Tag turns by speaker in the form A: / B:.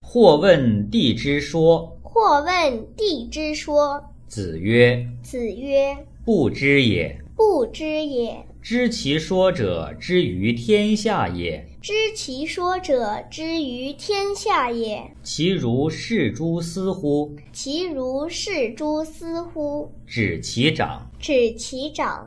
A: 或问帝之说，
B: 或问帝之说。
A: 子曰
B: 子曰：“
A: 不知也。：“
B: 不知也。
A: 知其说者，知于天下也。
B: 知其说者，知于天下也。
A: 其如是诸斯乎？
B: 其如是诸斯乎？
A: 指其长。”
B: 指其长。”